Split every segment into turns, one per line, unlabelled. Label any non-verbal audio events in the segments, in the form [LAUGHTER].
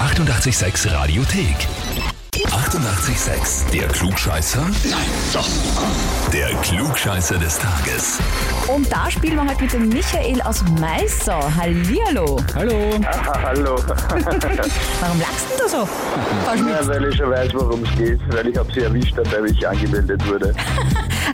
886 Radiothek. 88,6. Der Klugscheißer? Nein, doch. Der Klugscheißer des Tages.
Und da spielen wir heute mit dem Michael aus Meißau. Hallihallo.
Hallo.
Ah, Hallo. [LAUGHS]
Warum lachst denn du so? Frau Schmidt?
Ja, weil ich schon weiß, worum es geht, weil ich habe sie erwischt, dabei ich angemeldet wurde.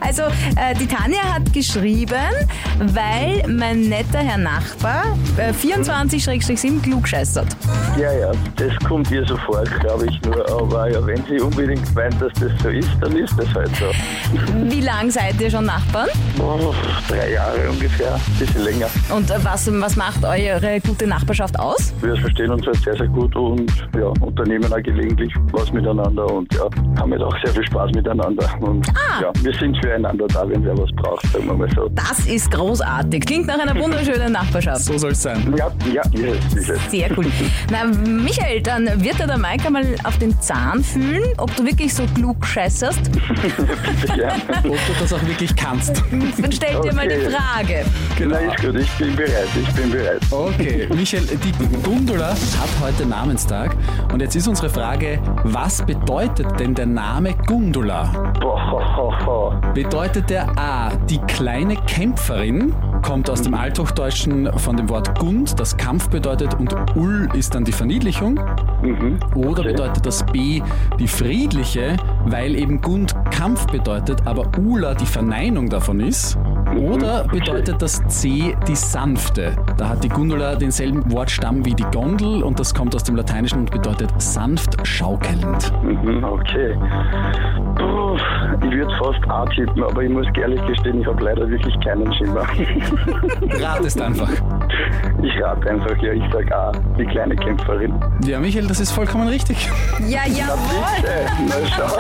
Also, äh, die Tanja hat geschrieben, weil mein netter Herr Nachbar äh, 24-7 klugscheißert.
Ja, ja, das kommt ihr so vor, glaube ich nur. Aber ja, wenn sie unbedingt meint, dass das so ist, dann ist das halt so.
Wie lang seid ihr schon Nachbarn?
Boah, drei Jahre ungefähr, ein bisschen länger.
Und äh, was, was macht eure gute Nachbarschaft aus?
Wir verstehen uns halt sehr, sehr gut und ja, unternehmen auch gelegentlich was miteinander und ja, haben halt auch sehr viel Spaß miteinander. Und
Ah.
ja, wir sind füreinander da, wenn wer was braucht, sagen wir mal so.
Das ist großartig. Klingt nach einer wunderschönen Nachbarschaft.
So soll's sein.
Ja, ja, ist es, ist es.
Sehr cool. Na, Michael, dann wird dir der Maika mal auf den Zahn fühlen, ob du wirklich so klug scheißerst.
Ja.
Ob du das auch wirklich kannst.
Dann stell dir mal die
Okay.
Frage.
Na, ist gut, ich bin bereit, ich bin bereit.
Okay, Michael, die Gundula hat heute Namenstag. Und jetzt ist unsere Frage, was bedeutet denn der Name Gundula?
Boah, ho, ho, ho.
Bedeutet der A, die kleine Kämpferin, kommt aus dem Althochdeutschen von dem Wort Gund, das Kampf bedeutet, und Ul ist dann die Verniedlichung? Oder bedeutet das B, die friedliche, weil eben Gund Kampf bedeutet, aber Ula die Verneinung davon ist? Oder bedeutet das C die sanfte? Da hat die Gundula denselben Wortstamm wie die Gondel und das kommt aus dem Lateinischen und bedeutet sanft schaukelnd.
Mhm, Okay. Puh, ich würde fast A tippen, aber ich muss ehrlich gestehen, ich habe leider wirklich keinen Schimmer.
Rat ist einfach.
Ich rate einfach, ja, ich sag A, die kleine Kämpferin.
Ja, Michael, das ist vollkommen richtig.
Ja, jawohl.
Bitte, na schau.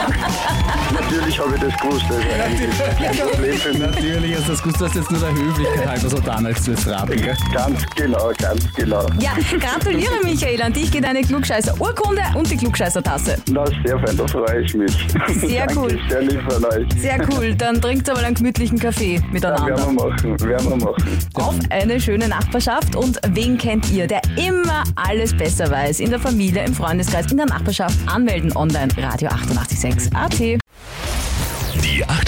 Natürlich habe ich das gewusst, das ist eigentlich kein Problem für mich.
Natürlich ist das gut, dass jetzt nur der Höflichkeit halber so da als du es raten, gell?
Ganz genau, ganz genau.
Ja, gratuliere Michael, an dich geht eine Klugscheißer-Urkunde und die Klugscheißer-Tasse.
Na, sehr fein, da freue ich mich.
Sehr
Danke,
cool.
Sehr lieb von euch. [LAUGHS]
Sehr cool, dann trinkt mal einen gemütlichen Kaffee
Ja,
miteinander.
werden wir machen, werden wir machen.
Auf eine schöne Nachbarschaft und wen kennt ihr, der immer alles besser weiß? In der Familie, im Freundeskreis, in der Nachbarschaft. Anmelden online, Radio 886 AT.
Die